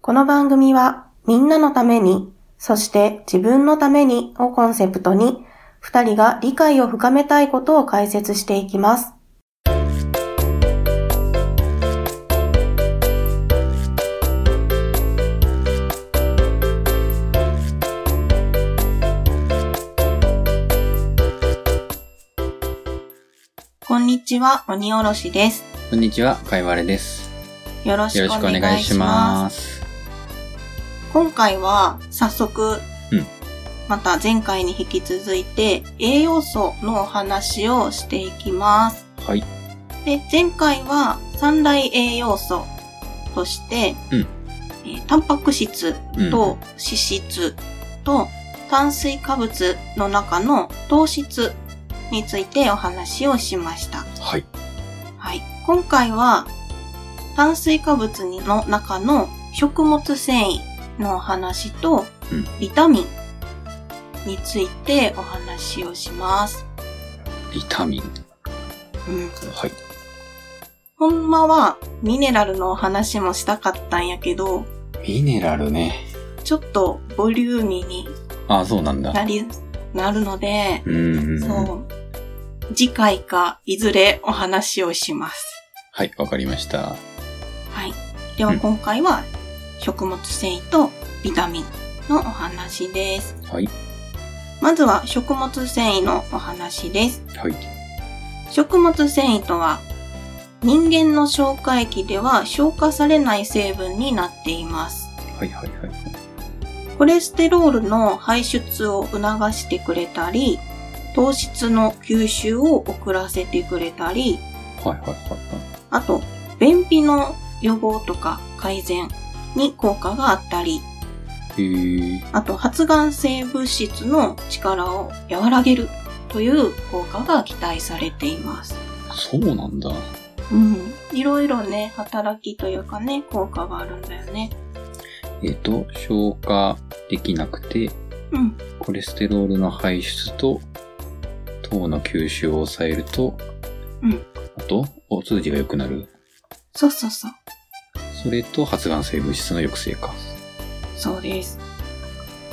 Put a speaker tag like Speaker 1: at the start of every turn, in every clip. Speaker 1: この番組は、みんなのために、そして自分のためにをコンセプトに、二人が理解を深めたいことを解説していきます。こんにちは、鬼おろしです。
Speaker 2: こんにちは、かいわれです。
Speaker 1: よろしく
Speaker 2: よろ
Speaker 1: お
Speaker 2: しくお願
Speaker 1: 願
Speaker 2: い
Speaker 1: い
Speaker 2: し
Speaker 1: します。
Speaker 2: ます。
Speaker 1: 今回は早速、
Speaker 2: うん
Speaker 1: また前回に引き続いて栄養素のお話をしていきます。
Speaker 2: はい。
Speaker 1: で、前回は三大栄養素として、
Speaker 2: うん
Speaker 1: えータンパク質
Speaker 2: うん
Speaker 1: と脂質と炭水化物の中の糖質についてお話をしました。
Speaker 2: はい。
Speaker 1: はい。今回は、炭水化物の中の食物繊維のお話と
Speaker 2: うん、
Speaker 1: ビタミンについてお話をします。
Speaker 2: ビタミン。
Speaker 1: うん。
Speaker 2: はい。
Speaker 1: ほんまは、ミネラルのお話もしたかったんやけど、
Speaker 2: ミネラルね。
Speaker 1: ちょっとボリューミーに
Speaker 2: あ、そうなんだ。
Speaker 1: なり、なるので、
Speaker 2: うんうんうん。
Speaker 1: そう。次回か、いずれお話をします。
Speaker 2: はい、わかりました。
Speaker 1: はい。では
Speaker 2: うん
Speaker 1: 今回は、食物繊維とビタミンのお話です。
Speaker 2: はい。
Speaker 1: まずは食物繊維のお話です。
Speaker 2: はい。
Speaker 1: 食物繊維とは、人間の消化液では消化されない成分になっています。
Speaker 2: はいはいはい。
Speaker 1: コレステロールの排出を促してくれたり、糖質の吸収を遅らせてくれたり、
Speaker 2: はいはいはい
Speaker 1: あと、便秘の予防とか改善に効果があったり、
Speaker 2: はい。へー。
Speaker 1: あと発がん性物質の力を和らげるという効果が期待されています。
Speaker 2: そうなんだ。
Speaker 1: うん。いろいろね、働きというかね、効果があるんだよね。
Speaker 2: えっ、と、消化できなくて、
Speaker 1: うん。
Speaker 2: コレステロールの排出と、糖の吸収を抑えると、
Speaker 1: うん
Speaker 2: あと、お通じが良くなる。
Speaker 1: そうそうそう。
Speaker 2: それと発がん性物質の抑制か。
Speaker 1: そうです。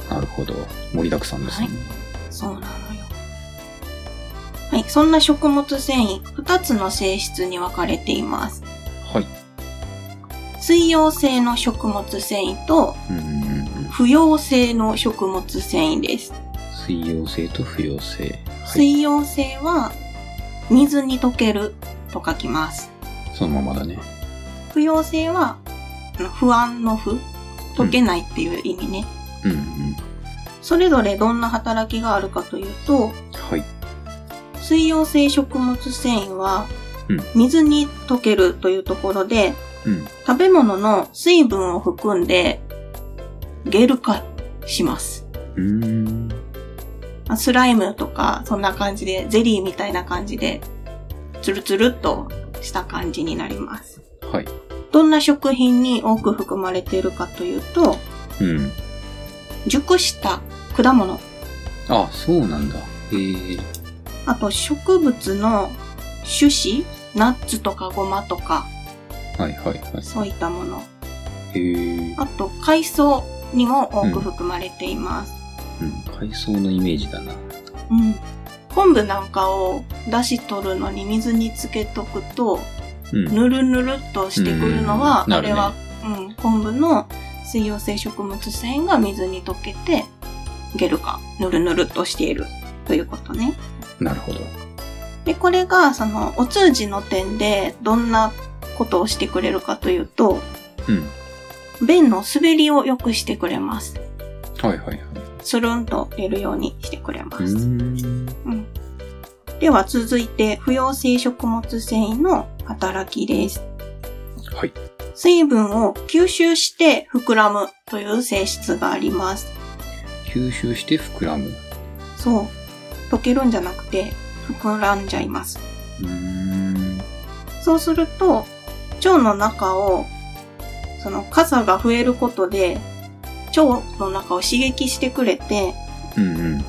Speaker 2: なるほど。盛りだくさんですね。
Speaker 1: そうなのよ。はい。そんな食物繊維、二つの性質に分かれています。
Speaker 2: はい。
Speaker 1: 水溶性の食物繊維と
Speaker 2: うんうんうんうん。
Speaker 1: 不溶性の食物繊維です。
Speaker 2: 水溶性と不溶性。はい。
Speaker 1: 水溶性は水に溶けると書きます。
Speaker 2: そのままだね。
Speaker 1: 不溶性はあの不安の不溶けないっていう意味ね。
Speaker 2: うんうん。
Speaker 1: それぞれどんな働きがあるかというと、
Speaker 2: はい。
Speaker 1: 水溶性食物繊維は
Speaker 2: うん、
Speaker 1: 水に溶けるというところで、
Speaker 2: うん。
Speaker 1: 食べ物の水分を含んで、ゲル化します。
Speaker 2: うーん。
Speaker 1: まあスライムとか、そんな感じで、ゼリーみたいな感じで、ツルツルっとした感じになります。
Speaker 2: はい。
Speaker 1: どんな食品に多く含まれているかというと、
Speaker 2: うん。
Speaker 1: 熟した果物、
Speaker 2: あ、そうなんだ。えー。
Speaker 1: あと植物の種子、ナッツとかゴマとか、
Speaker 2: はいはいはい。
Speaker 1: そういったもの。
Speaker 2: えー。
Speaker 1: あと海藻にも多く含まれています。
Speaker 2: うん。海藻のイメージだな。
Speaker 1: うん。昆布なんかを出し取るのに水につけとくと、
Speaker 2: うん。
Speaker 1: ぬるぬるっとしてくるのは、
Speaker 2: うん
Speaker 1: あ
Speaker 2: なる
Speaker 1: れ
Speaker 2: ね
Speaker 1: は、うん、昆布の水溶性食物繊維が水に溶けて、ゲル化、ぬるぬるっとしているということね。
Speaker 2: なるほど。
Speaker 1: で、これが、その、お通じの点で、どんなことをしてくれるかというと、
Speaker 2: うん。
Speaker 1: 便の滑りを良くしてくれます。
Speaker 2: はいはいはい。
Speaker 1: スルンと出るようにしてくれま
Speaker 2: う
Speaker 1: す。
Speaker 2: ーん。
Speaker 1: うんでは続いて、不溶性食物繊維の働きです。
Speaker 2: はい。
Speaker 1: 水分を吸収して膨らむという性質があります。
Speaker 2: 吸収して膨らむ。
Speaker 1: そう。溶けるんじゃなくて、膨らんじゃいます。
Speaker 2: うーん。
Speaker 1: そうすると、腸の中を、その傘が増えることで、腸の中を刺激してくれて、
Speaker 2: うんうん。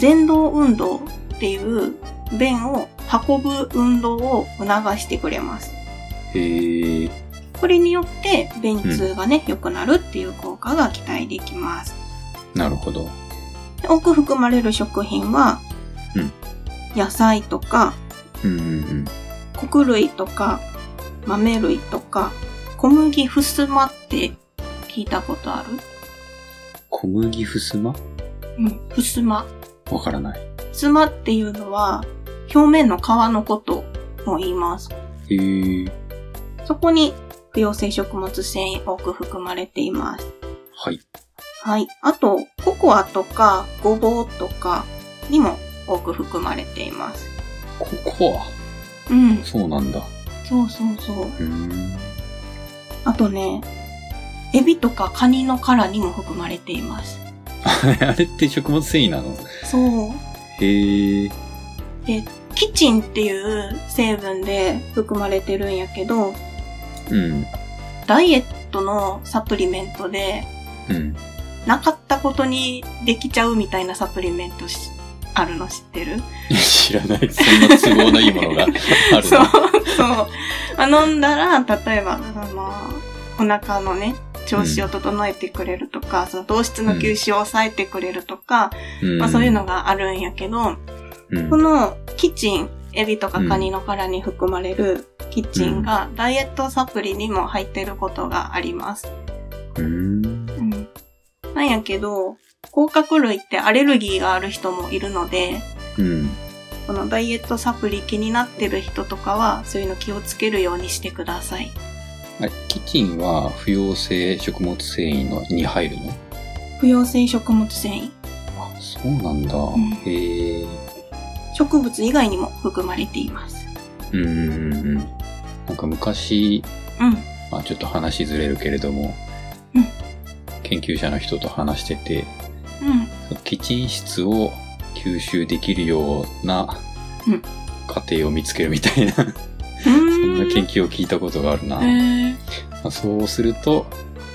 Speaker 1: 前動運動っていう便を運ぶ運動を促してくれます。
Speaker 2: えー。
Speaker 1: これによって便通がね、良くなるっていう効果が期待できます。
Speaker 2: なるほど。
Speaker 1: で多く含まれる食品は、
Speaker 2: うん
Speaker 1: 野菜とか、
Speaker 2: うんうん
Speaker 1: 穀類とか、豆類とか、小麦ふすまって聞いたことある
Speaker 2: 小麦ふすま
Speaker 1: うん、ふすま。
Speaker 2: わからない。
Speaker 1: ふすまっていうのは、表面の皮のことを言います。
Speaker 2: へえ。
Speaker 1: そこに不溶性食物繊維多く含まれています。
Speaker 2: はい。
Speaker 1: はい。あと、ココアとか、ごぼうとかにも多く含まれています。
Speaker 2: ここは、
Speaker 1: うん。
Speaker 2: そうなんだ。
Speaker 1: そうそうそう。
Speaker 2: うーん。
Speaker 1: あとね、エビとかカニの殻にも含まれています。
Speaker 2: あれって食物繊維なの
Speaker 1: そう。
Speaker 2: へえ。
Speaker 1: キチンっていう成分で含まれてるんやけど、
Speaker 2: うん。
Speaker 1: ダイエットのサプリメントで、
Speaker 2: うん。
Speaker 1: なかったことにできちゃうみたいなサプリメントしあるの知ってる
Speaker 2: 知らない。そんな都合のいいものがある の
Speaker 1: そう、 そう。あ飲んだら、例えば、その、お腹のね、調子を整えてくれるとか、その糖質の吸収を抑えてくれるとか、
Speaker 2: うん
Speaker 1: まあそういうのがあるんやけど、
Speaker 2: うん
Speaker 1: このキチン、エビとかカニの殻に含まれるキチンがダイエットサプリにも入ってることがあります。
Speaker 2: うーん。
Speaker 1: うん、なんやけど、甲殻類ってアレルギーがある人もいるので、
Speaker 2: うん。
Speaker 1: このダイエットサプリ気になってる人とかは、そういうの気をつけるようにしてください。
Speaker 2: あれキチンは不溶性食物繊維のに入るの
Speaker 1: 不溶性食物繊維。
Speaker 2: あ、そうなんだ。
Speaker 1: ん
Speaker 2: へえ。
Speaker 1: 植物以外にも含まれています。
Speaker 2: うんうんうん。なんか昔、
Speaker 1: うん。
Speaker 2: まあ、ちょっと話ずれるけれども、
Speaker 1: うん
Speaker 2: 研究者の人と話してて、
Speaker 1: うん。
Speaker 2: そのキチン質を吸収できるような
Speaker 1: うん
Speaker 2: 過程を見つけるみたいな、
Speaker 1: そ
Speaker 2: そんな研
Speaker 1: 究
Speaker 2: 究を聞いたことがあるな。
Speaker 1: へ
Speaker 2: まあそうすると、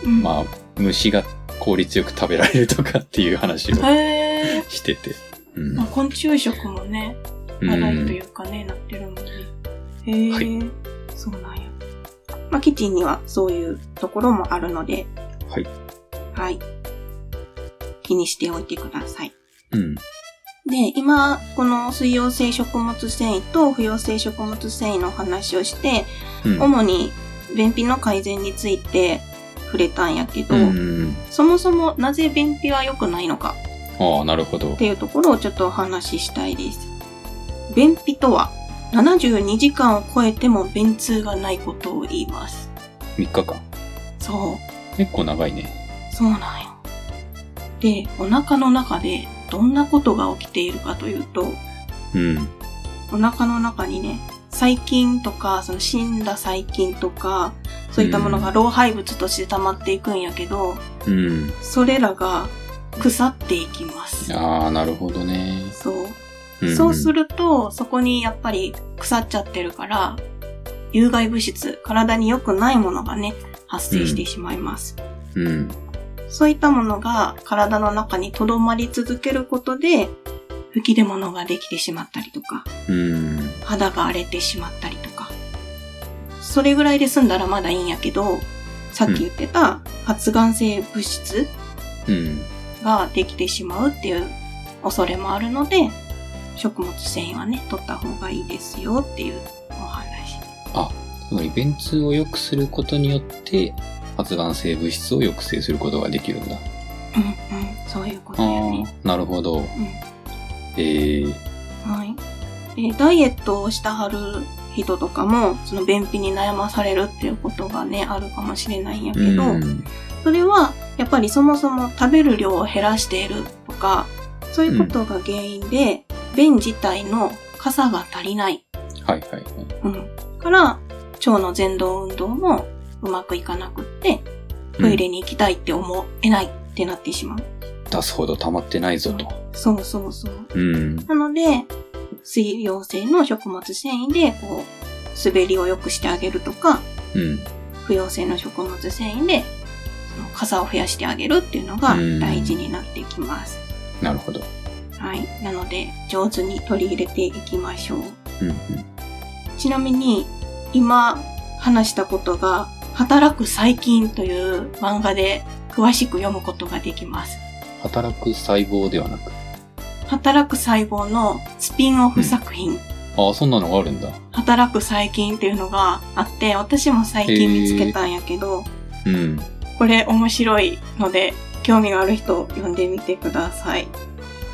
Speaker 1: ー。うん、
Speaker 2: まあ、虫が効率よく食べられるとかっていう話を
Speaker 1: へー。
Speaker 2: してて。うん
Speaker 1: まあ、昆虫食もね、
Speaker 2: うん
Speaker 1: 話題というかね、なってるもんね。へえ、
Speaker 2: はい
Speaker 1: そうなんや。まあ、キッチンにはそういうところもあるので、
Speaker 2: はい。
Speaker 1: はい。気にしておいてください。
Speaker 2: うん。
Speaker 1: で、今、この水溶性食物繊維と不溶性食物繊維の話をして、
Speaker 2: うん。
Speaker 1: 主に便秘の改善について触れたんやけど、
Speaker 2: うん。
Speaker 1: そもそもなぜ便秘は良くないのか
Speaker 2: ああ、なるほ
Speaker 1: っ
Speaker 2: ど。
Speaker 1: ていうところをちょっとお話ししたいです。便秘とは、72時間を超えても便通がないことを言います。
Speaker 2: 3日間。
Speaker 1: そ
Speaker 2: 結構長いね。
Speaker 1: う、そうなんよ。で、お腹の中でどんなことが起きているかというと、
Speaker 2: うん。
Speaker 1: お腹の中にね、細菌とか、その死んだ細菌とか、そういったものが老廃物として溜まっていくんやけど、
Speaker 2: うん。
Speaker 1: それらが腐っていきます。
Speaker 2: ああ、なるほどね。
Speaker 1: そう。
Speaker 2: ん
Speaker 1: そうす。ると、そこにやっぱり腐っちゃってるから、有害物質、体に良くないものがね、発生してしまいます。
Speaker 2: うん。
Speaker 1: そういったものが体の中に留まり続けることで、吹き出物ができてしまったりとか、
Speaker 2: うん。
Speaker 1: 肌が荒れてしまったりとか。それぐらいで済んだらまだいいんやけど、さっき言ってた発がん性物質
Speaker 2: うん。
Speaker 1: ができてしまうっていう恐れもあるので、食物繊維はね、取った方がいいですよっていうお話。
Speaker 2: そのイベンツを良くすることによって、発がん性物質を抑制することができるんだ。
Speaker 1: うんうん、そういうこと
Speaker 2: あ
Speaker 1: よね。
Speaker 2: あ、なるほど。ええ
Speaker 1: うん、はい。でダイエットをしたはる人とかも、その便秘に悩まされるっていうことがね、あるかもしれないんやけど、
Speaker 2: うん。
Speaker 1: それは、やっぱりそもそも食べる量を減らしているとか、そういうことが原因で、便自体の傘が足りない
Speaker 2: はいはいはい。
Speaker 1: うん。から、腸の前動運動もうまくいかなくって、トイレに行きたいって思えないってなってしまう。
Speaker 2: うん出すほど溜まってないぞと。
Speaker 1: そうそうそう。
Speaker 2: うん。
Speaker 1: なので、水溶性の食物繊維で、こう、滑りを良くしてあげるとか、
Speaker 2: うん。
Speaker 1: 不溶性の食物繊維で、その傘を増やしてあげるっていうのが大事になってきます。
Speaker 2: なるほど。
Speaker 1: はい。なので、上手に取り入れていきましょう。
Speaker 2: うんうん。
Speaker 1: ちなみに、今話したことが働く細菌という漫画で詳しく読むことができます。
Speaker 2: 働く細胞ではなく。
Speaker 1: 働く細胞のスピンオフ作品、
Speaker 2: ああ、そんなのがあるんだ。
Speaker 1: 働く細菌っていうのがあって、私も最近見つけたんやけど、
Speaker 2: うん。
Speaker 1: これ面白いので、興味がある人読んでみてください。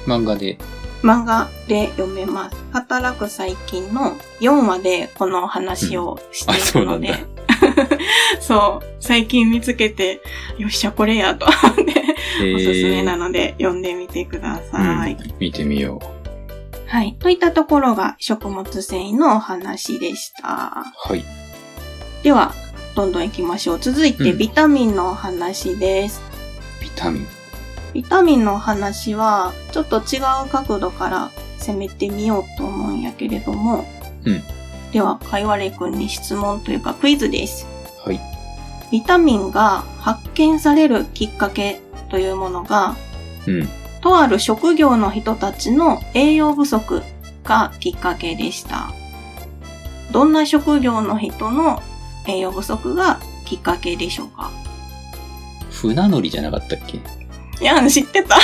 Speaker 2: 漫画で。
Speaker 1: 漫画で読めます。働く細菌の4話でこの話をしているので。
Speaker 2: うんあ
Speaker 1: そう最近見つけて、よっしゃこれやと思って、
Speaker 2: え
Speaker 1: おすすめな
Speaker 2: の。
Speaker 1: ので読んでみてください。
Speaker 2: 見てみよう。
Speaker 1: はい。といったところが食物繊維のお話でした。
Speaker 2: はい。
Speaker 1: では、どんどん行きましょう。続いて
Speaker 2: うん
Speaker 1: ビタミンのお話です。
Speaker 2: ビタミン。
Speaker 1: ビタミンのお話は、ちょっと違う角度から攻めてみようと思うんやけれども、
Speaker 2: うん
Speaker 1: では、かいわれくんに質問というかクイズです。
Speaker 2: はい。
Speaker 1: ビタミンが発見されるきっかけというものが、
Speaker 2: うん。
Speaker 1: とある職業の人たちの栄養不足がきっかけでした。どんな職業の人の栄養不足がきっかけでしょうか
Speaker 2: 船乗りじゃなかったっけ
Speaker 1: いや、知って た。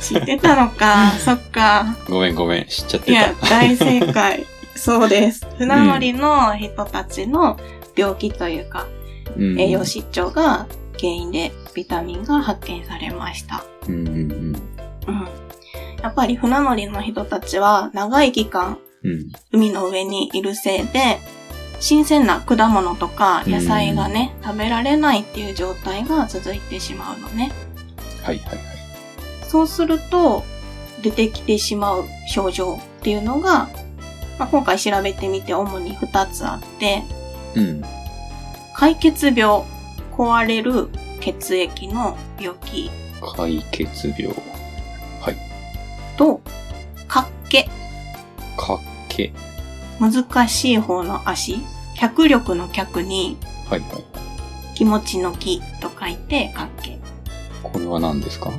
Speaker 1: 知ってたのか。そっか。
Speaker 2: ごめんごめん。知っちゃっ
Speaker 1: い
Speaker 2: て
Speaker 1: や
Speaker 2: た。、
Speaker 1: 大正解。そうです。船乗りの人たちの病気というか、
Speaker 2: うん
Speaker 1: 栄養。失調が原因でビタミンが発見されました。
Speaker 2: うんうん
Speaker 1: うん。やっぱり船乗りの人たちは長い期間
Speaker 2: うん。うん。
Speaker 1: 海の上にいるせいで、新鮮な果物とか野菜がね、食べられないっていう状態が続いてしまうのね。
Speaker 2: はいはいはい。
Speaker 1: そうすると、出てきてしまう症状っていうのが、まあ、今回調べてみて主に2つあって、
Speaker 2: うん。
Speaker 1: 解血病、壊れる血液の病気
Speaker 2: 解決病。
Speaker 1: と、かっけ、
Speaker 2: かけ。
Speaker 1: 難しい方の足、脚力の脚に
Speaker 2: はいはい。
Speaker 1: 気持ちの気と書いて、かっけ。
Speaker 2: これは何ですか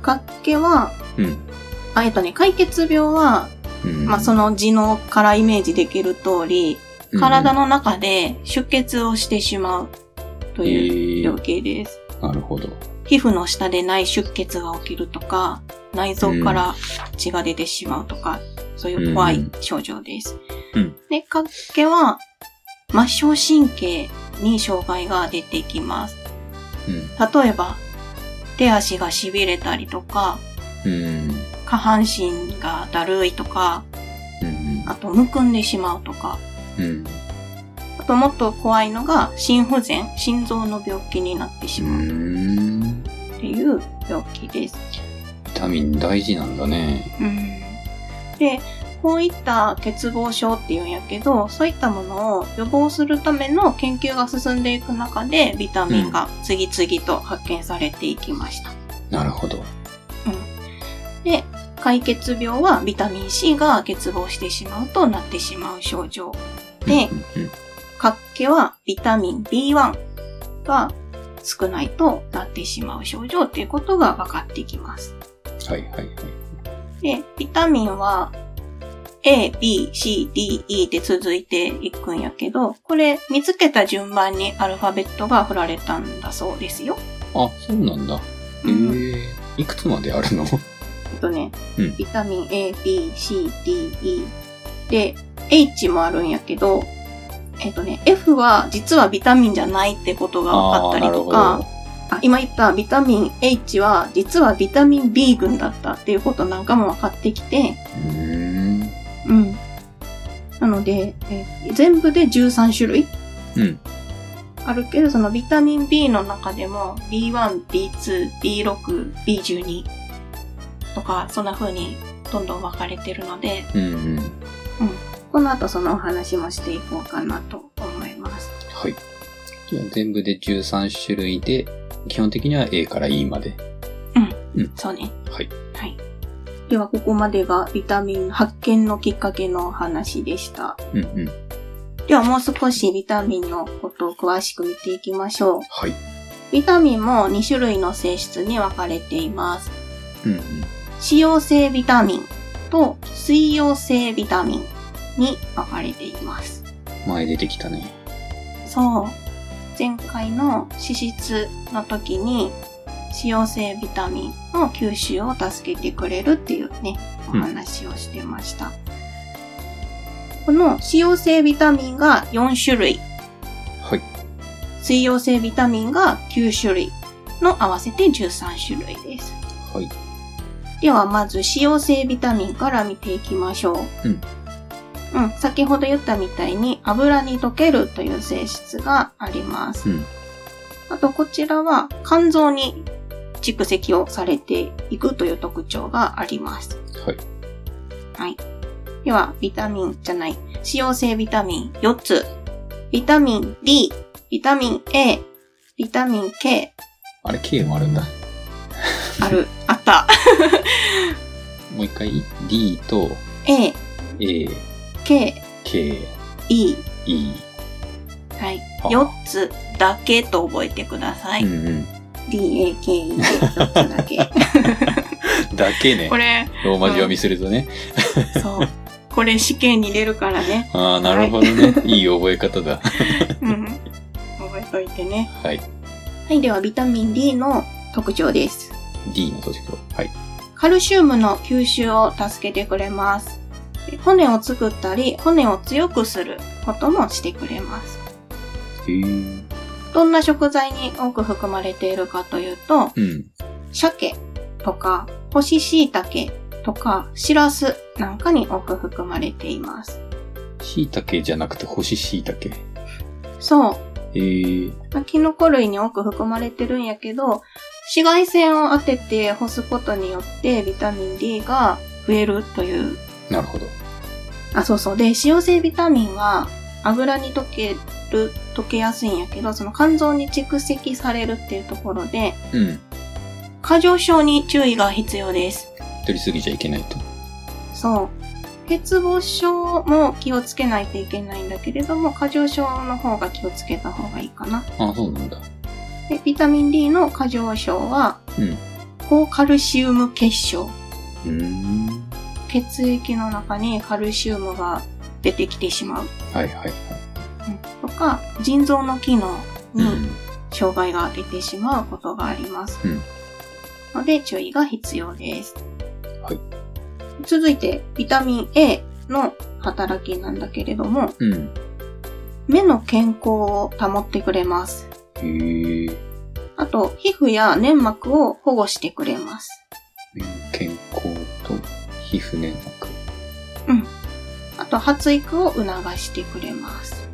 Speaker 1: かっけは、
Speaker 2: うん。
Speaker 1: あえっとね、解血病は、
Speaker 2: うん。
Speaker 1: まあ、その地のからイメージできる通り、
Speaker 2: うん
Speaker 1: 体の中で出血をしてしまうという
Speaker 2: えー
Speaker 1: 病気です。
Speaker 2: なるほど。
Speaker 1: 皮膚の下で内出血が起きるとか、内臓から血が出てしまうとか、そういう怖い症状です。
Speaker 2: うん
Speaker 1: で、かっけは、末梢神経に障害が出てきます。
Speaker 2: うん。
Speaker 1: 例えば、手足が痺れたりとか、
Speaker 2: うん。
Speaker 1: 下半身がだるいとか、
Speaker 2: うん。
Speaker 1: あとむくんでしまうとか、
Speaker 2: うん。
Speaker 1: あともっと怖いのが心不全、心臓の病気になってし
Speaker 2: う。
Speaker 1: まうん
Speaker 2: ビ
Speaker 1: っていう病気です。
Speaker 2: タミン大事なんだね。
Speaker 1: うんで、こういった欠乏症っていうんやけど、そういったものを予防するための研究が進んでいく中で、ビタミンが次々と発見されていきました。
Speaker 2: なるほど。
Speaker 1: で、解血病はビタミン C が欠乏してしまうとなってしまう症状。で、
Speaker 2: うんうん
Speaker 1: かっけはビタミン B1 が少ないとなってしまう症状ということが分かってきます。
Speaker 2: はいはいはい。
Speaker 1: で、ビタミンは A, B, C, D, E って続いていくんやけど、これ見つけた順番にアルファベットが振られたんだそうですよ。
Speaker 2: あ、そうなんだ。え
Speaker 1: うん
Speaker 2: ー、いくつまであるの
Speaker 1: えっとね、
Speaker 2: うん
Speaker 1: ビタミン A, B, C, D, E で、H もあるんやけど、えっとね、F は実はビタミンじゃないってことが分かったりとか
Speaker 2: あーなる、
Speaker 1: あ今言ったビタミン H は実はビタミン B 群だったっていうことなんかも分かってきて、
Speaker 2: うーん。
Speaker 1: うん。なので、えー全部で13種類
Speaker 2: うん。
Speaker 1: あるけど、そのビタミン B の中でも B1、B2、B6、B12 とか、そんな風にどんどん分かれてるので、
Speaker 2: うんうん。
Speaker 1: この後そのお話もしていこうかなと思います。
Speaker 2: はい。じゃあ全部で13種類で、基本的には A から E まで。
Speaker 1: そうね。
Speaker 2: はい。
Speaker 1: はい。では、ここまでがビタミン発見のきっかけのお話でした。
Speaker 2: うんうん。
Speaker 1: では、もう少しビタミンのことを詳しく見ていきましょう。
Speaker 2: はい。
Speaker 1: ビタミンも2種類の性質に分かれています。
Speaker 2: うんうん。
Speaker 1: 脂溶性ビタミンと水溶性ビタミンに分かれています。
Speaker 2: 前出てきたね。
Speaker 1: そう。前回の脂質の時に、使用性ビタミンの吸収を助けてくれるっていうね、お
Speaker 2: うん
Speaker 1: 話をしてました。この使用性ビタミンが4種類、
Speaker 2: はい。
Speaker 1: 水溶性ビタミンが9種類の合わせて13種類です。
Speaker 2: はい。
Speaker 1: ではまず使用性ビタミンから見ていきましょう。
Speaker 2: うん。
Speaker 1: うん、先ほど言ったみたいに油に溶けるという性質があります。
Speaker 2: うん
Speaker 1: あとこちらは肝臓に蓄積をされていくという特徴があります。
Speaker 2: はい。
Speaker 1: はい。では、ビタミンじゃない、使用性ビタミン4つ、ビタミン D、ビタミン A、ビタミン K、
Speaker 2: あれ、K もあるんだ。
Speaker 1: ある、あった。
Speaker 2: もう一回、D と
Speaker 1: A、
Speaker 2: A、
Speaker 1: K、
Speaker 2: K、
Speaker 1: E、
Speaker 2: E。
Speaker 1: はい。
Speaker 2: あ
Speaker 1: 4つだけと覚えてください。
Speaker 2: うんうん。
Speaker 1: D, A, K, E で4つだけ。
Speaker 2: だけ ね
Speaker 1: こ。れ、
Speaker 2: ローマ字読みするとね。
Speaker 1: そう。これ試験に入れるからね。
Speaker 2: ああ、なるほどね。 いい覚え方だ。
Speaker 1: うん。覚えといてね。
Speaker 2: はい。
Speaker 1: はい。では、ビタミン D の特徴です。
Speaker 2: D の時と。はい。
Speaker 1: カルシウムの吸収を助けてくれます。骨を作ったり、骨を強くすることもしてくれます。
Speaker 2: へー
Speaker 1: どんな食材に多く含まれているかというと、
Speaker 2: うん。
Speaker 1: 鮭とか、干し椎茸とか、シラスなんかに多く含まれています。
Speaker 2: 椎茸じゃなくて干し椎茸。
Speaker 1: そう
Speaker 2: えー、
Speaker 1: まあキノコ類に多く含まれてるんやけど、紫外線を当てて干すことによってビタミン D が増えるという
Speaker 2: なるほど。
Speaker 1: あ、そうそう。で、使用性ビタミンは、油に溶ける、溶けやすいんやけど、その肝臓に蓄積されるっていうところで、
Speaker 2: うん。
Speaker 1: 過剰症に注意が必要です。
Speaker 2: 取りすぎちゃいけないと。
Speaker 1: そう。欠乏症も気をつけないといけないんだけれども、過剰症の方が気をつけた方がいいかな。
Speaker 2: ああ、そうなんだ。
Speaker 1: で、ビタミン D の過剰症は、
Speaker 2: うん
Speaker 1: 高カルシウム結晶。
Speaker 2: うーん。
Speaker 1: 血液の中にカルシウムが出てきてしまう。
Speaker 2: はいはいはい。
Speaker 1: とか、腎臓の機能
Speaker 2: う
Speaker 1: に、
Speaker 2: ん。
Speaker 1: 障害が出てしまうことがあります。
Speaker 2: うん
Speaker 1: ので注意が必要です。
Speaker 2: はい
Speaker 1: 続いて、ビタミン A の働きなんだけれども、
Speaker 2: うん。
Speaker 1: 目の健康を保ってくれます。
Speaker 2: へー
Speaker 1: あと、皮膚や粘膜を保護してくれます。
Speaker 2: 健康と皮膚粘膜。
Speaker 1: あと、発育を促してくれます。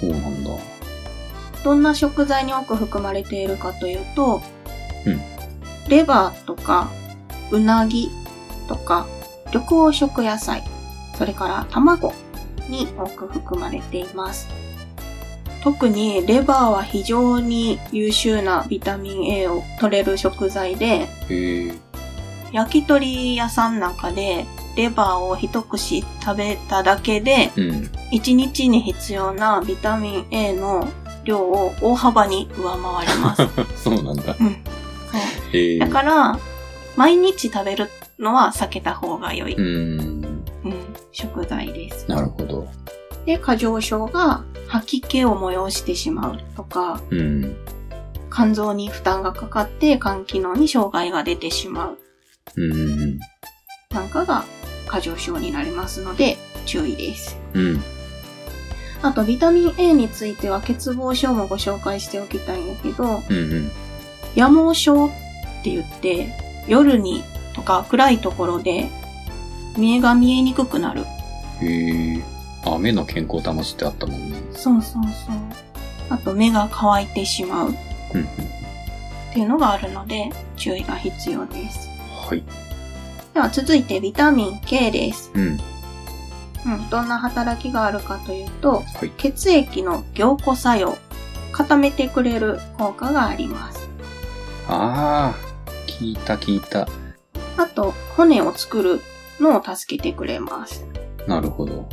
Speaker 2: そうなんだ。
Speaker 1: どんな食材に多く含まれているかというと、
Speaker 2: うん
Speaker 1: レバーとか、うなぎとか、緑黄色野菜、それから卵に多く含まれています。特にレバーは非常に優秀なビタミン A を取れる食材で、
Speaker 2: へえ。
Speaker 1: 焼き鳥屋さんなんかでレバーを一口食べただけで、
Speaker 2: うん。
Speaker 1: 1日に必要なビタミン A の量を大幅に上回り ます。
Speaker 2: そうなんだ。
Speaker 1: うん
Speaker 2: へえ。
Speaker 1: だから、毎日食べるのは避けた方が良い、
Speaker 2: うーん。
Speaker 1: うん食材です。
Speaker 2: なるほど。
Speaker 1: で、過剰症が吐き気を催してしまうとか、
Speaker 2: うん。
Speaker 1: 肝臓に負担がかかって肝機能に障害が出てしまう
Speaker 2: うんうん
Speaker 1: なんかが過剰症になりますので注意です。
Speaker 2: うん。うん。
Speaker 1: あと、ビタミン A については欠乏症もご紹介しておきたいんだけど、
Speaker 2: うんうん。
Speaker 1: 夜盲症って言って、夜にとか暗いところで、目が見えにくくなる。
Speaker 2: へえ。あ、目の健康を保つってあったもんね。
Speaker 1: そうそうそう。あと目が乾いてしまうっ
Speaker 2: うんうん。
Speaker 1: ていうのがあるので、注意が必要です。
Speaker 2: はい。
Speaker 1: では続いてビタミン K です。
Speaker 2: うん。
Speaker 1: うん、どんな働きがあるかというと、
Speaker 2: はい。
Speaker 1: 血液の凝固作用、固めてくれる効果があります。
Speaker 2: ああ。聞いた聞いた。
Speaker 1: あと、骨を作るのを助けてくれます。
Speaker 2: なるほど。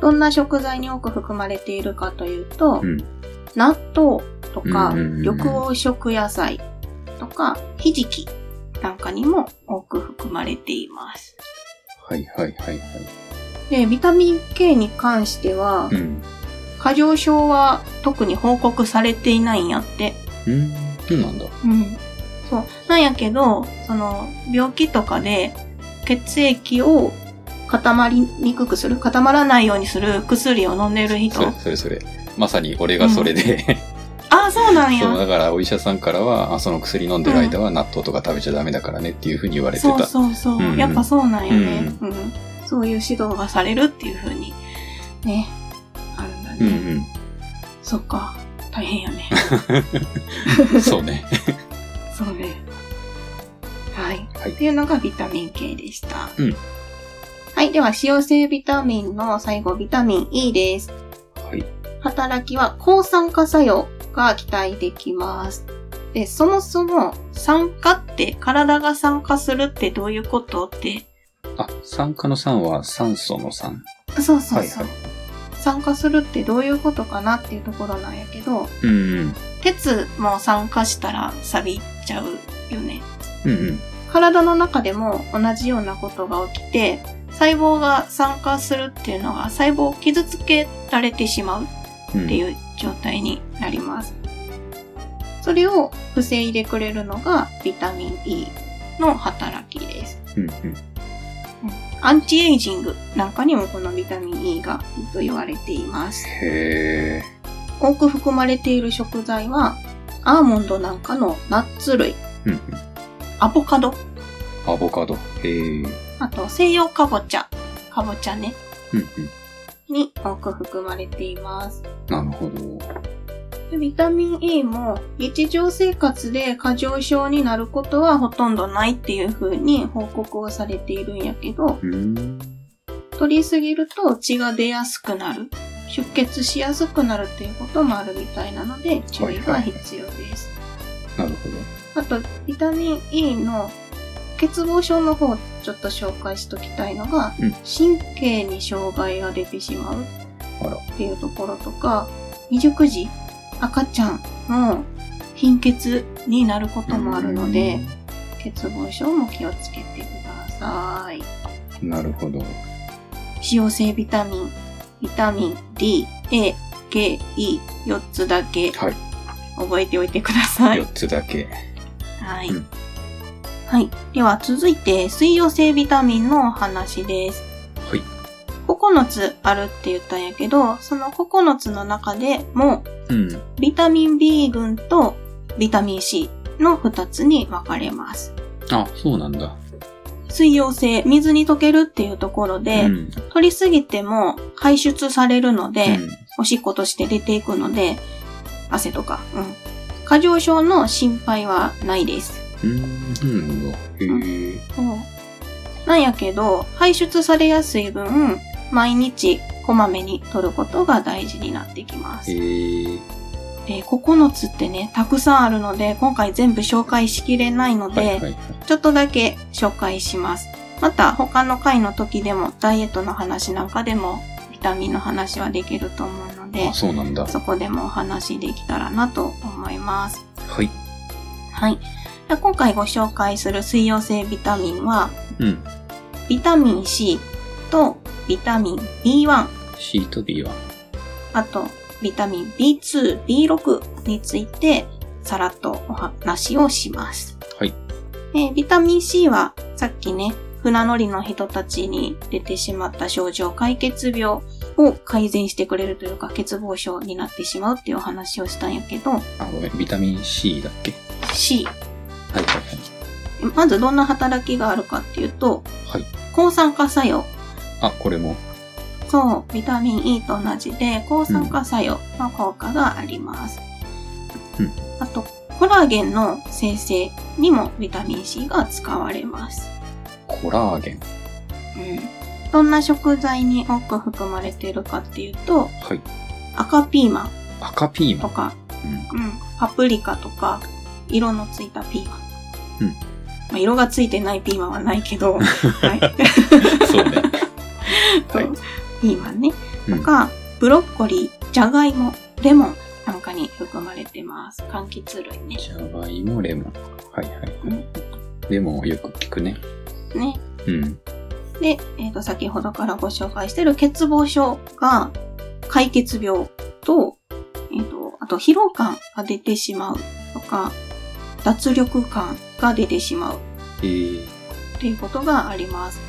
Speaker 1: どんな食材に多く含まれているかというと、
Speaker 2: うん
Speaker 1: 納豆とか、
Speaker 2: うんうんうんうん
Speaker 1: 緑黄色野菜とか、ひじきなんかにも多く含まれています。
Speaker 2: はいはいはいはい。
Speaker 1: で、ビタミン K に関しては、
Speaker 2: うん。
Speaker 1: 過剰症は特に報告されていないんやって。
Speaker 2: うん。そうなんだ。
Speaker 1: うん。そう。なんやけど、その、病気とかで、血液を固まりにくくする、固まらないようにする薬を飲んでる人
Speaker 2: そ。れそれそれ。まさに俺がそれで、
Speaker 1: ああ、そうなんや。
Speaker 2: そう、だからお医者さんからは、あその薬飲んでる間は納豆とか食べちゃダメだからねっていうふうに言われて
Speaker 1: そう
Speaker 2: た。
Speaker 1: そうそう、
Speaker 2: うんうん
Speaker 1: やっぱそうなんやね、うんそういう指導がされるっていう風にねあるんだね、
Speaker 2: うん
Speaker 1: そっか大変や ね
Speaker 2: うん。そうね。
Speaker 1: そうねはい、
Speaker 2: はい
Speaker 1: っていうのがビタミン系でした、
Speaker 2: うん
Speaker 1: はいでは使用性ビタミンの最後ビタミン E です
Speaker 2: はい。
Speaker 1: 働きは抗酸化作用が期待できます。で、そもそも酸化って体が酸化するってどういうことって
Speaker 2: あ、酸化の酸は酸素の酸。
Speaker 1: そうそうそう。
Speaker 2: はい
Speaker 1: 酸化するってどういうことかなっていうところなんやけど、
Speaker 2: うんうん。
Speaker 1: 鉄も酸化したら錆びちゃうよね。
Speaker 2: うんうん。
Speaker 1: 体の中でも同じようなことが起きて、細胞が酸化するっていうのは細胞を傷つけられてしまうっ
Speaker 2: うん
Speaker 1: ていう状態になります。それを防いでくれるのがビタミン E の働きです。
Speaker 2: うんうん。
Speaker 1: アンチエイジングなんかにもこのビタミン E がいいと言われています。
Speaker 2: へ
Speaker 1: 多く含まれている食材は、アーモンドなんかのナッツ類、
Speaker 2: ー。うんうん。
Speaker 1: アボカド、
Speaker 2: アボカド。へー。
Speaker 1: あと西洋かぼちゃ、かぼちゃね、
Speaker 2: うんうん。
Speaker 1: に多く含まれています。
Speaker 2: なるほど。
Speaker 1: でビタミン E も日常生活で過剰症になることはほとんどないっていう風に報告をされているんやけど、
Speaker 2: うん。
Speaker 1: 取りすぎると血が出やすくなる出血しやすくなるっていうこともあるみたいなので注意が必要です、
Speaker 2: なるほど。
Speaker 1: あとビタミン E の欠乏症の方ちょっと紹介しときたいのが、
Speaker 2: うん
Speaker 1: 神経に障害が出てしまう
Speaker 2: あら
Speaker 1: っていうところとか未熟児赤ちゃんの貧血になることもあるので、欠乏症も気をつけてください
Speaker 2: うん。なるほど。
Speaker 1: 使用性ビタミン、ビタミン D、A、K、E、4つだけ
Speaker 2: はい。
Speaker 1: 覚えておいてください
Speaker 2: 4。つだけ。
Speaker 1: はい
Speaker 2: うん。
Speaker 1: はい。では続いて、水溶性ビタミンのお話です。
Speaker 2: はい。
Speaker 1: 9つあるって言ったんやけど、その9つの中でも、
Speaker 2: うん。
Speaker 1: ビタミン B 群とビタミン C の2つに分かれます。
Speaker 2: あ、そうなんだ。
Speaker 1: 水溶性、水に溶けるっていうところで、
Speaker 2: うん。
Speaker 1: 取りすぎても排出されるので、
Speaker 2: うん
Speaker 1: おしっことして出ていくので、汗とか、うん。過剰症の心配はないです。
Speaker 2: うん。そうなんだ。へー。
Speaker 1: なんやけど、排出されやすい分、毎日こまめに取ることが大事になってきます。
Speaker 2: へ
Speaker 1: で、
Speaker 2: ー。
Speaker 1: 9つってね、たくさんあるので、今回全部紹介しきれないので、
Speaker 2: はいはいはい。
Speaker 1: ちょっとだけ紹介します。また他の回の時でも、ダイエットの話なんかでも、ビタミンの話はできると思うので
Speaker 2: あ、、そうなんだ。
Speaker 1: そこでもお話できたらなと思います。
Speaker 2: はい。
Speaker 1: はい。で今回ご紹介する水溶性ビタミンは、
Speaker 2: うん。
Speaker 1: ビタミン C とビタミン B1、
Speaker 2: C と B は。
Speaker 1: あとビタミン B2、B6 についてさらっとお話をします。
Speaker 2: はい。
Speaker 1: でビタミン C はさっきね、船乗りの人たちに出てしまった症状解決病を改善してくれるというか欠乏症になってしまうっていうお話をしたんやけど、
Speaker 2: あ、ごめん。ビタミン C だっけ
Speaker 1: C
Speaker 2: はいはいはい。
Speaker 1: まずどんな働きがあるかっていうと、
Speaker 2: はい
Speaker 1: 抗酸化作用。
Speaker 2: あ、これも。
Speaker 1: そう、ビタミン E と同じで、抗酸化作用の効果があります。
Speaker 2: うん
Speaker 1: あと、コラーゲンの生成にもビタミン C が使われます。
Speaker 2: コラーゲン。
Speaker 1: うん。どんな食材に多く含まれているかっていうと、
Speaker 2: はい。
Speaker 1: 赤ピーマン
Speaker 2: 赤ピーマ
Speaker 1: と
Speaker 2: ン。
Speaker 1: か、
Speaker 2: うん。
Speaker 1: うん、パプリカとか、色のついたピーマン。
Speaker 2: うん
Speaker 1: まあ、色がついてないピーマンはない けど、はい。
Speaker 2: そう ね。はい
Speaker 1: ピーマンね。
Speaker 2: うん
Speaker 1: とか、ブロッコリー、じゃがいも、レモンなんかに含まれてます。柑橘類ね。
Speaker 2: じゃがいもレモン。はいは
Speaker 1: う
Speaker 2: い。
Speaker 1: ん
Speaker 2: レモンはよく聞くね。
Speaker 1: ね。
Speaker 2: うん。
Speaker 1: で、えっ、と、先ほどからご紹介してる欠乏症が、解決病と、えっ、と、あと疲労感が出てしまうとか、脱力感が出てしまう
Speaker 2: え
Speaker 1: っ
Speaker 2: ー
Speaker 1: ていうことがあります。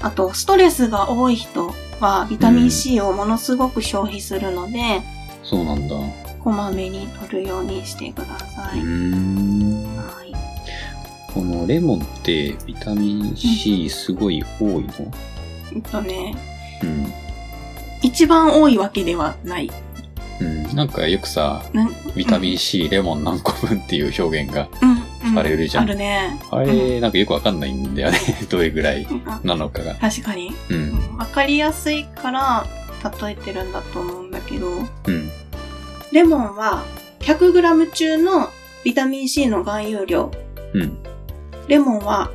Speaker 1: あと、ストレスが多い人はビタミン C をものすごく消費するので、
Speaker 2: そうなんだ。
Speaker 1: こまめに取るようにしてくださ
Speaker 2: う
Speaker 1: い。
Speaker 2: ーん。
Speaker 1: はい。
Speaker 2: このレモンってビタミン C すごい多いの
Speaker 1: えっとね、
Speaker 2: うん。
Speaker 1: 一番多いわけではない。
Speaker 2: うん。なんかよくさ、
Speaker 1: なん
Speaker 2: ビタミン C レモン何個分っていう表現が
Speaker 1: うん、うん。
Speaker 2: されるじゃん
Speaker 1: あるね。
Speaker 2: あれ、なんかよくわかんないんだよね。 どれぐらい
Speaker 1: うんあ
Speaker 2: なのかが。
Speaker 1: 確かに。
Speaker 2: うん。
Speaker 1: わかりやすいから例えてるんだと思うんだけど、
Speaker 2: うん。
Speaker 1: レモンは 100g 中のビタミン C の含有量、
Speaker 2: うん。
Speaker 1: レモンは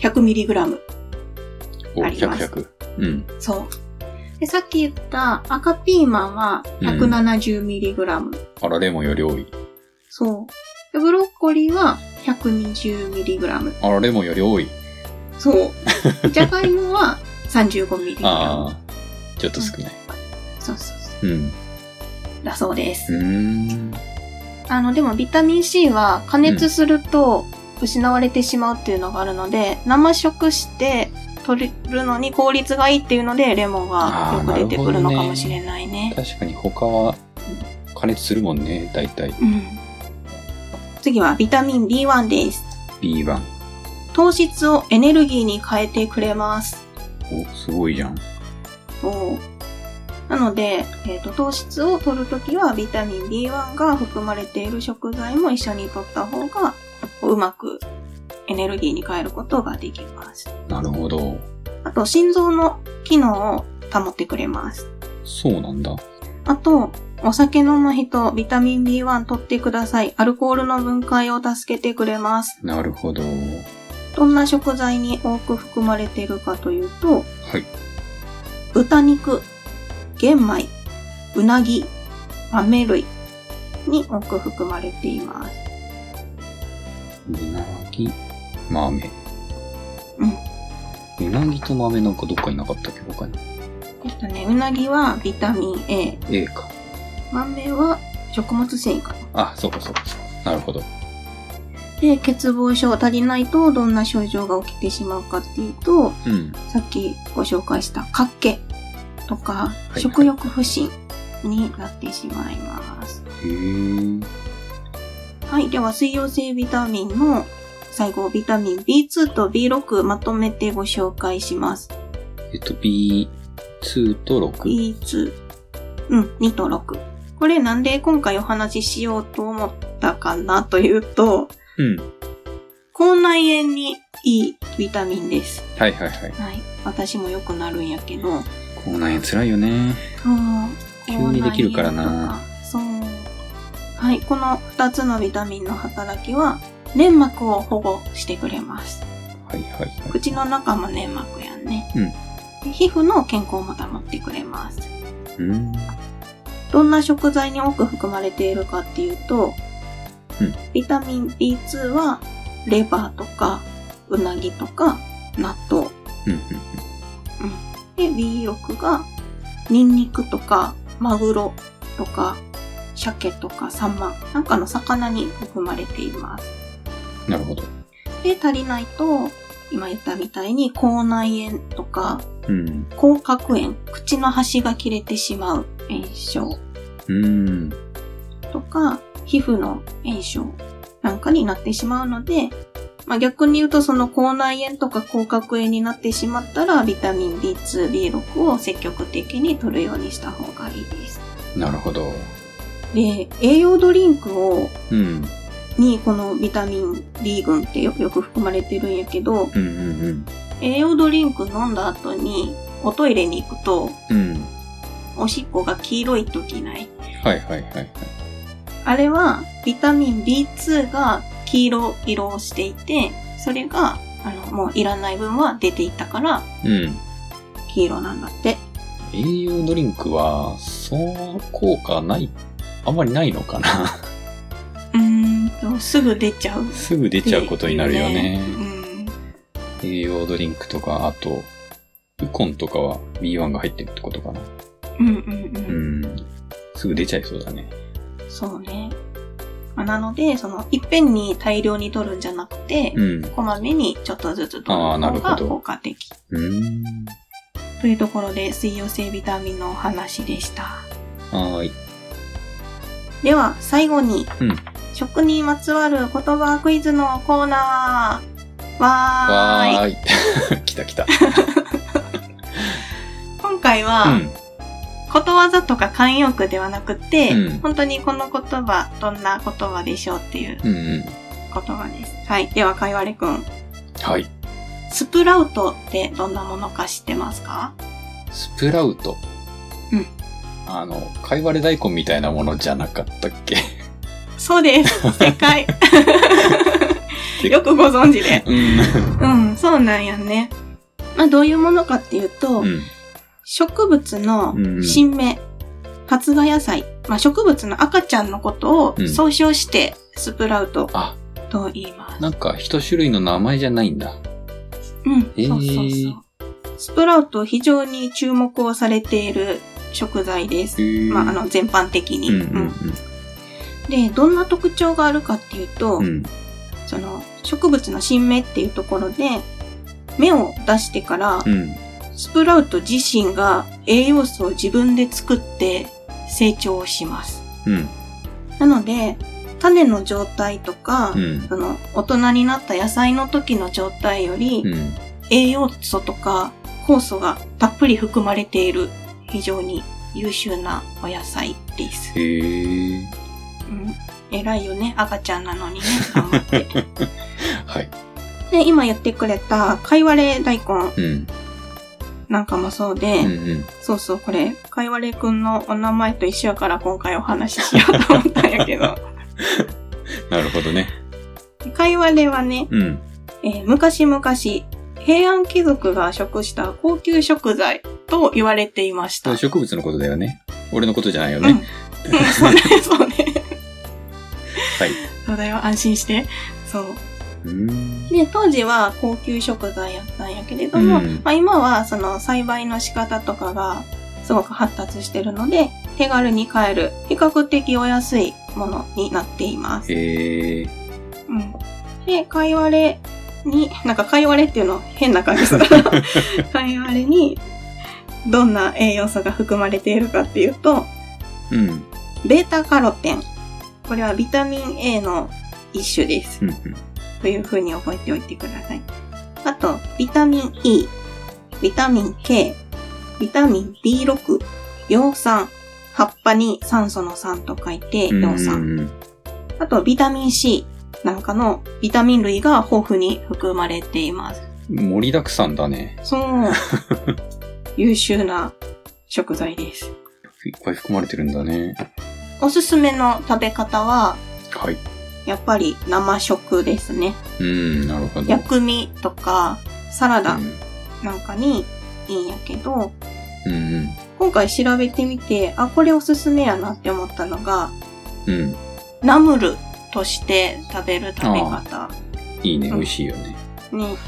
Speaker 1: 100mg。
Speaker 2: お、
Speaker 1: あり
Speaker 2: 100、
Speaker 1: ます
Speaker 2: 100。うん。
Speaker 1: そう。で、さっき言った赤ピーマンは 170mg。
Speaker 2: あら、レモンより多い。
Speaker 1: そう。で、ブロッコリーは 120mg。
Speaker 2: あら、レモンより多い。
Speaker 1: そう。 じゃがいもは 35mg。
Speaker 2: ああ、ちょっと少ない。
Speaker 1: そうそうそ
Speaker 2: うん。
Speaker 1: う。だそうです。
Speaker 2: うーん。
Speaker 1: あの、でもビタミン C は加熱すると失われてしまうっていうのがあるので、生食して取るのに効率がいいっていうので、レモンがよく出てくるのかもしれないね。
Speaker 2: 確かに他は加熱するもんね、大体。
Speaker 1: うん。次はビタミン B1 です。
Speaker 2: B1。
Speaker 1: 糖質をエネルギーに変えてくれます。
Speaker 2: お、すごいじゃん。
Speaker 1: そうなので、えーと、糖質を取るときはビタミン B1 が含まれている食材も一緒に取った方が、こううまくエネルギーに変えることができます。
Speaker 2: なるほど。
Speaker 1: あと、心臓の機能を保ってくれます。
Speaker 2: そうなんだ。
Speaker 1: あと、お酒飲む人、ビタミン B1 取ってください。アルコールの分解を助けてくれます。
Speaker 2: なるほど。は
Speaker 1: どんな食材に多く含まれているかというと、
Speaker 2: い。
Speaker 1: 豚肉、玄米、うなぎ、豆類に多く含まれています。
Speaker 2: うなぎ、豆。うなぎと豆なんかどっかになかったっけ他に。
Speaker 1: えっとね、うなぎはビタミン A、
Speaker 2: A か。
Speaker 1: 豆は食物繊維かな。
Speaker 2: あ、そうかそうか。なるほど。
Speaker 1: で、欠乏症足りないとどんな症状が起きてしまうかっていうと、
Speaker 2: うん。
Speaker 1: さっきご紹介したかっけとか、
Speaker 2: い
Speaker 1: 食欲不振になってしまいます。
Speaker 2: へー
Speaker 1: はい。では、水溶性ビタミンの最後、ビタミン B2 と B6 まとめてご紹介します。
Speaker 2: えっと、B2 と 6?
Speaker 1: B2。うん、2と6。これなんで今回お話ししようと思ったかなというと、
Speaker 2: うん。
Speaker 1: 口内炎にいいビタミンです。
Speaker 2: はいはいはい。
Speaker 1: はい。私もよくなるんやけど。
Speaker 2: 口内炎辛いよね。
Speaker 1: そう
Speaker 2: 急にできるからな。
Speaker 1: そう。はい。この2つのビタミンの働きは、粘膜を保護してくれます。
Speaker 2: はいはいはい。
Speaker 1: 口の中も粘膜やんね。
Speaker 2: うん
Speaker 1: で皮膚の健康も保ってくれます。
Speaker 2: うん。
Speaker 1: どんな食材に多く含まれているかっていうと、
Speaker 2: うん
Speaker 1: ビタミン B2 はレバーとかうなぎとか納豆。
Speaker 2: うんうん
Speaker 1: で、B6 がニンニクとかマグロとか鮭とかサンマなんかの魚に含まれています。
Speaker 2: うん。なるほど。
Speaker 1: で、足りないと、今言ったみたいに口内炎とか
Speaker 2: うん。
Speaker 1: 口角炎、口の端が切れてしまう炎症
Speaker 2: うん。
Speaker 1: とか、皮膚の炎症なんかになってしまうので、まあ、逆に言うとその口内炎とか口角炎になってしまったら、ビタミン B2、B6 を積極的に取るようにした方がいいです。
Speaker 2: なるほど。
Speaker 1: で、栄養ドリンクを、
Speaker 2: うん。
Speaker 1: にこのビタミン B 群ってよよく含まれてるんやけど、
Speaker 2: うんうんうん。
Speaker 1: 栄養ドリンク飲んだ後におトイレに行くと、
Speaker 2: うん。
Speaker 1: おしっこが黄色い時ない。
Speaker 2: はいはいはいはい。
Speaker 1: あれはビタミン B2 が黄色色をしていて、それがあのもういらない分は出ていったから
Speaker 2: うん。
Speaker 1: 黄色なんだって。
Speaker 2: 栄養ドリンクは、そう、効果ない、あんまりないのかな。
Speaker 1: うーんと、すぐ出ちゃう。
Speaker 2: すぐ出ちゃうことになるよね。
Speaker 1: うん。
Speaker 2: 栄養ドリンクとか、あと、ウコンとかは B1 が入ってるってことかな。
Speaker 1: うんうんうん。
Speaker 2: うん。すすぐ出ちゃいそうだね。
Speaker 1: そうね。まあなので、その、いっぺんに大量に取るんじゃなくて、
Speaker 2: うん。う
Speaker 1: こまめにちょっとずつ取る
Speaker 2: あー
Speaker 1: 方
Speaker 2: なるほ
Speaker 1: が
Speaker 2: ど
Speaker 1: 効果的。
Speaker 2: ーん。
Speaker 1: というところで、水溶性ビタミンのお話でした。
Speaker 2: はーい。
Speaker 1: では、最後に、
Speaker 2: うん
Speaker 1: 食にまつわる言葉クイズのコーナー。わーい。
Speaker 2: わーい。 来た来た。
Speaker 1: 今回
Speaker 2: う
Speaker 1: は、
Speaker 2: ん。
Speaker 1: ことわざとか慣用句ではなくて、
Speaker 2: うん
Speaker 1: 本当にこの言葉、どんな言葉でしょうっていう
Speaker 2: うんうん。
Speaker 1: 言葉です。はい。では、かいわれくん。
Speaker 2: はい。
Speaker 1: スプラウトってどんなものか知ってますか
Speaker 2: スプラウト。
Speaker 1: うん。
Speaker 2: あの、かいわれ大根みたいなものじゃなかったっけ
Speaker 1: そう です。正解。よくご存知 で。
Speaker 2: うん。
Speaker 1: うん、そうなんやね。まあ、どういうものかっていうと、
Speaker 2: うん。
Speaker 1: 植物の
Speaker 2: うん
Speaker 1: 新芽、発芽野菜、まあ、植物の赤ちゃんのことを
Speaker 2: うん
Speaker 1: 総称して、スプラウト
Speaker 2: あ、
Speaker 1: と言います。
Speaker 2: なんか一種類の名前じゃないんだ。
Speaker 1: うん、
Speaker 2: ー
Speaker 1: そうそうそう。スプラウト非常に注目をされている食材です。まあ、あの、全般的に、
Speaker 2: うんう
Speaker 1: うん
Speaker 2: ん
Speaker 1: で、どんな特徴があるかっていうと、
Speaker 2: うん。うん。
Speaker 1: その、植物の新芽っていうところで、芽を出してから
Speaker 2: う、ん。
Speaker 1: スプラウト自身が栄養素を自分で作って成長をします。
Speaker 2: うん。
Speaker 1: なので、種の状態とか、
Speaker 2: うん。
Speaker 1: その、大人になった野菜の時の状態より、
Speaker 2: うん。
Speaker 1: 栄養素とか酵素がたっぷり含まれている非常に優秀なお野菜です。
Speaker 2: へー。
Speaker 1: うん、偉いよね、赤ちゃんなのにね、 頑張って。
Speaker 2: はい。
Speaker 1: で、今言ってくれた、かいわれ大根
Speaker 2: うん。
Speaker 1: なんかもそうで、
Speaker 2: うんうん。
Speaker 1: そうそう、これ、かいわれくんのお名前と一緒やから今回お話ししようと思ったんやけ ど。
Speaker 2: なるほどね。
Speaker 1: かいわれはね、
Speaker 2: うん。
Speaker 1: えー昔々、平安貴族が食した高級食材と言われていました。うん、
Speaker 2: 植物のことだよね。俺のことじゃないよ
Speaker 1: うん
Speaker 2: ね。
Speaker 1: そうね、 そうね。
Speaker 2: はい。
Speaker 1: そうだよ、安心して。そう。
Speaker 2: うん。
Speaker 1: で、当時は高級食材やったんやけれども、
Speaker 2: うん
Speaker 1: まあ、今はその栽培の仕方とかがすごく発達してるので、手軽に買える、比較的お安いものになっています。
Speaker 2: へー。
Speaker 1: うん。で、かいわれに、なんかかいわれっていうの変な感じする。かいわれに、どんな栄養素が含まれているかっていうと、
Speaker 2: うん。
Speaker 1: ベータカロテン。これはビタミン A の一種です。
Speaker 2: うん。
Speaker 1: というふうに覚えておいてください。あと、ビタミン E、ビタミン K、ビタミン B6、葉酸、葉っぱに酸素の酸と書いて
Speaker 2: うん。
Speaker 1: 葉酸。
Speaker 2: うん。
Speaker 1: あと、ビタミン C なんかのビタミン類が豊富に含まれています。
Speaker 2: 盛りだくさんだね。
Speaker 1: そう。優秀な食材です。
Speaker 2: いっぱい含まれてるんだね。
Speaker 1: おすすめの食べ方は、
Speaker 2: はい。
Speaker 1: やっぱり生食ですね。
Speaker 2: うん。なるほど。
Speaker 1: 薬味とか、サラダ
Speaker 2: う
Speaker 1: なんかにいいんやけど、
Speaker 2: ん。うん
Speaker 1: 今回調べてみて、あ、これおすすめやなって思ったのが、
Speaker 2: うん。うん。
Speaker 1: ナムルとして食べる食べ方。
Speaker 2: いいね。
Speaker 1: うん
Speaker 2: 美味しいよね。
Speaker 1: ね。
Speaker 2: う
Speaker 1: こ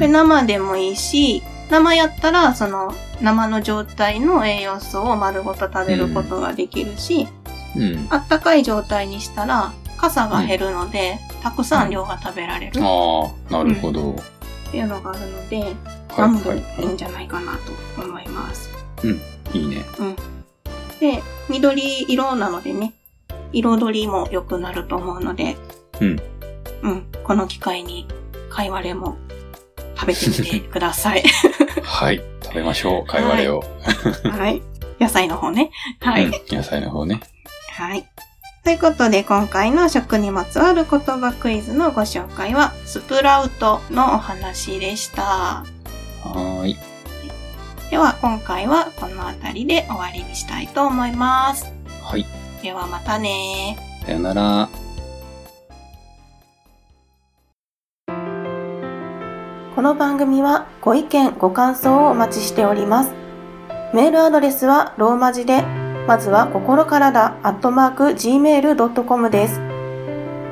Speaker 1: れ
Speaker 2: ん。
Speaker 1: 生でもいいし、生やったら、その、生の状態の栄養素を丸ごと食べることができるし、
Speaker 2: うん。
Speaker 1: あったかい状態にしたら、傘が減るので、たくさん量が食べられるっ
Speaker 2: ああ、なるほど。はい
Speaker 1: ていうのがあるので、ナム
Speaker 2: は
Speaker 1: ル
Speaker 2: い
Speaker 1: いいん
Speaker 2: は
Speaker 1: じゃないかなと思います。
Speaker 2: い。いいね。
Speaker 1: で、緑色なのでね、彩りも良くなると思うので、
Speaker 2: うん。
Speaker 1: うん、この機会に、かいわれも食べてみてくだ さい。
Speaker 2: はい。食べましょう。貝割れを。
Speaker 1: はい。野菜の方ね。はい。
Speaker 2: うん。野菜の方ね。
Speaker 1: はい。ということで、今回の食にまつわる言葉クイズのご紹介は、スプラウトのお話でした。
Speaker 2: はーい。
Speaker 1: では、今回はこの辺りで終わりにしたいと思います。
Speaker 2: はい。
Speaker 1: では、またね
Speaker 2: さよなら。
Speaker 3: この番組はご意見、ご感想をお待ちしております。メールアドレスはローマ字で、まずは心からだ、アットマーク、gmail.com です。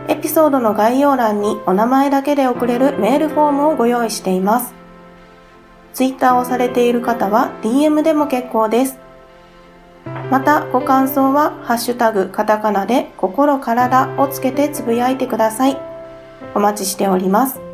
Speaker 3: エピソードの概要欄にお名前だけで送れるメールフォームをご用意しています。ツイッターをされている方は DM でも結構です。
Speaker 1: またご感想は「ハッシュタグカタカナ」で「心からだ」をつけてつぶやいてくださいお待ちしております